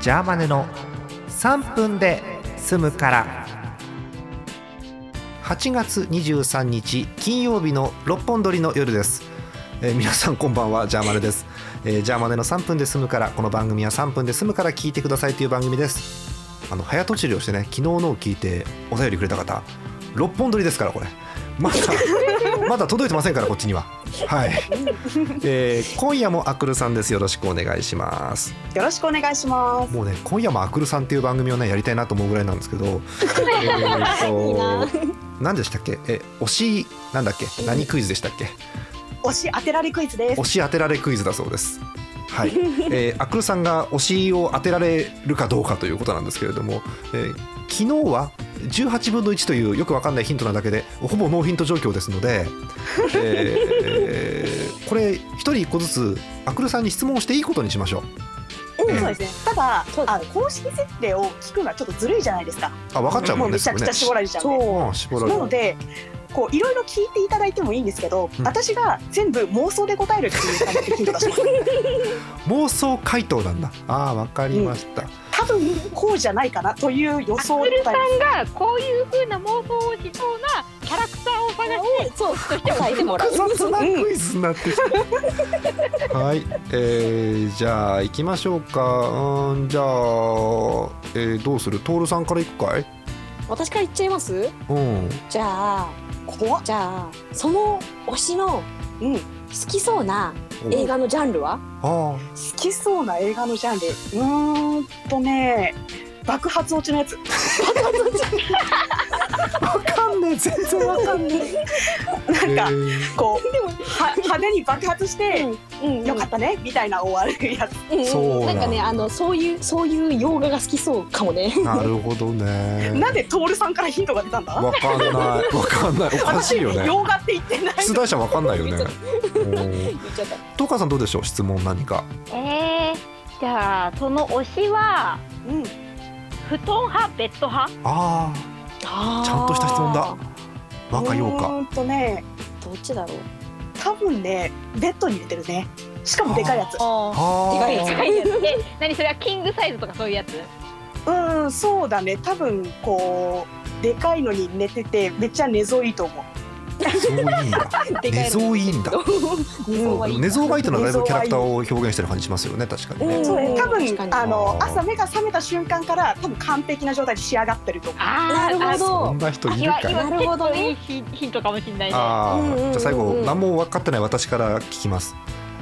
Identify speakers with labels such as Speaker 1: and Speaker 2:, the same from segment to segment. Speaker 1: ジャーマネの3分で済むから8月23日金曜日の六本撮りの夜です、えー皆さんこんばんはジャーマネです、えージャーマネの3分で済むからこの番組は3分で済むから聞いてくださいという番組ですあの早とちりをしてね昨日のを聞いてお便りくれた方六本撮りですからこれまだまだ届いてませんからこっちにははい、えー今夜もアクルさんですよろしくお願いします
Speaker 2: よろしくお願いします。
Speaker 1: もうね今夜もアクルさんっていう番組をねやりたいなと思うぐらいなんですけ どえー
Speaker 3: いいな
Speaker 1: 何でしたっけえ推しなんだっけ何クイズでしたっけ
Speaker 2: 推し当てられクイズです
Speaker 1: 推。し当てられクイズだそうですはい、えー、アクルさんが推しを当てられるかどうかということなんですけれども、えー昨日は18分の1というよくわかんないヒントなだけでほぼノーヒント状況ですので、えーえーこれ1人1個ずつアクルさんに質問をしていいことにしましょう
Speaker 2: うん
Speaker 1: ええ
Speaker 2: そうですね。ただ
Speaker 3: そう
Speaker 2: あの公式設定を聞くのはちょっとずるいじゃないですか。
Speaker 1: あ分かっちゃうもんね
Speaker 2: めちゃくちゃ
Speaker 1: す
Speaker 2: 絞
Speaker 1: ぐね
Speaker 2: られちゃうんで。
Speaker 3: そ
Speaker 1: うん絞られ
Speaker 2: な
Speaker 1: る
Speaker 2: ので。こういろいろ聞いていただいてもいいんですけど、
Speaker 1: うん
Speaker 2: 私が全部妄想で答えるっていう感じでヒント出し ます
Speaker 1: 妄想回答なんだああわかりました、
Speaker 2: 多分こうじゃないかなという予
Speaker 3: う。
Speaker 2: 想
Speaker 3: アク
Speaker 2: で
Speaker 3: ル
Speaker 2: 答
Speaker 3: さ
Speaker 2: えます
Speaker 3: んがこういう風な妄想をしそうなキャラクターを探して、そうとして書いてもらう。
Speaker 1: 複雑なクイズになってきた はい、えー、じゃあ行きましょうかうんじゃあ、えー、どうするトールさんから行くかい
Speaker 3: 私から言っちゃいます。
Speaker 1: うん
Speaker 3: じゃあ
Speaker 2: 怖っ
Speaker 3: じゃあその推しの
Speaker 2: うん、好
Speaker 3: 好きそうな映
Speaker 1: お
Speaker 3: 画のジャンルは？
Speaker 1: あ
Speaker 2: きそうな映画のジャンルうーんとね爆発落ちのやつ
Speaker 1: あわかんねえ全然わかんねえ
Speaker 2: なんか
Speaker 1: えー
Speaker 2: こ
Speaker 3: でも。
Speaker 2: うは派手に爆発して、
Speaker 3: うんうん、
Speaker 2: よかったねみたいな終わるやつ
Speaker 3: うんうん
Speaker 1: そうなんだ
Speaker 3: なんかねあのそういうそういう洋画が好きそうかもね
Speaker 1: なるほどね
Speaker 2: なんでトールさんからヒントが出たんだ
Speaker 1: わかんないわかんないおかしいよね
Speaker 2: 洋画って言ってない
Speaker 1: 出題者わかんないよねうん
Speaker 3: 言っちゃった
Speaker 1: トカさんどうでしょう質問何か
Speaker 4: えー、じゃあその推しは
Speaker 2: うん
Speaker 4: 布団派ベッド派
Speaker 1: あ
Speaker 3: あー
Speaker 1: あちゃんとした質問だ若よう
Speaker 2: う
Speaker 1: か
Speaker 2: ーんとね
Speaker 3: どっちだろう
Speaker 2: 多分ねベッドに入れてるねしかもでかいやつ
Speaker 4: あ
Speaker 1: あ
Speaker 3: でかい
Speaker 1: ー
Speaker 3: やつ
Speaker 4: いやつえ何それはキングサイズとかそういうやつ
Speaker 2: うーんそうだね多分こうでかいのに寝ててめっちゃ寝相いいと思う
Speaker 1: そういいんだ
Speaker 3: でかいの
Speaker 1: 寝相いいんだ
Speaker 3: 寝相はいい
Speaker 1: 寝相がいいというのはだいぶ
Speaker 2: 寝
Speaker 1: キャラ
Speaker 2: 相がい
Speaker 1: ク
Speaker 2: い
Speaker 1: ターを表現してる感じしますよね確かにね、
Speaker 3: うん
Speaker 2: そうね多
Speaker 3: 確かに
Speaker 2: 分あの
Speaker 1: あー
Speaker 2: 朝目が覚めた瞬間から多分完璧な状態で仕上がってると思う
Speaker 4: あ
Speaker 3: なるほ
Speaker 1: そん
Speaker 3: ど
Speaker 1: な人いる
Speaker 4: 今
Speaker 1: かい
Speaker 4: 今
Speaker 3: なるほどね
Speaker 4: 結構いい ヒヒントかもしれないね
Speaker 1: あ
Speaker 3: うんうんうん
Speaker 1: ー
Speaker 3: うん
Speaker 1: じゃあ最後何も分かってない私から聞きます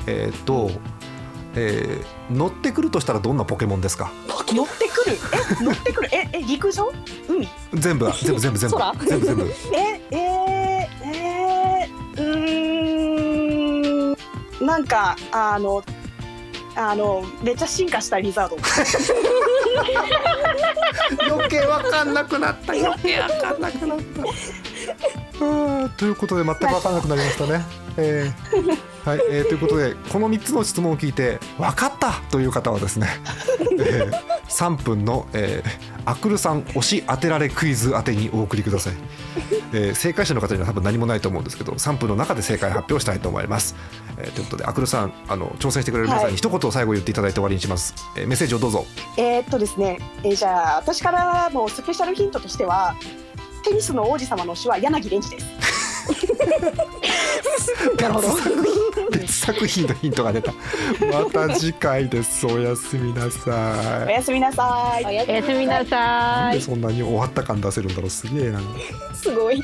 Speaker 1: えーっと、えー乗ってくるとしたらどんなポケモンですか
Speaker 2: 乗ってくるえ乗ってくるええ陸上海
Speaker 1: 全部だ全部全部全部
Speaker 3: 空
Speaker 1: 全部全部
Speaker 2: ええー、えー、うーんなんかあのあのめっちゃ進化したリザード
Speaker 1: 余計分かんなくなった余計分かんなくなったうーん ということで全く分かんなくなりましたね、えーはいえーということでこの3つの質問を聞いて分かったという方はですね、えー3分の、えーアクルさん推し当てられクイズ宛てにお送りください、えー正解者の方には多分何もないと思うんですけど3分の中で正解発表したいと思います、えーということでアクルさんあの挑戦してくれる皆さんに一言を最後言っていただいて終わりにします、えーメッセージをどうぞ
Speaker 2: えーっとですね、えーじゃあ私からのスペシャルヒントとしてはテニスの王子様の手は柳蓮司です
Speaker 3: なるほど
Speaker 1: 別作品のヒントが出た。また次回です。おやすみなさ
Speaker 2: おやすみなさい
Speaker 3: お
Speaker 4: おやすみなさ
Speaker 1: い。なん
Speaker 4: ー
Speaker 1: で
Speaker 4: い
Speaker 1: そんなに終わった感出せるんだろう。すげえな。
Speaker 3: すごい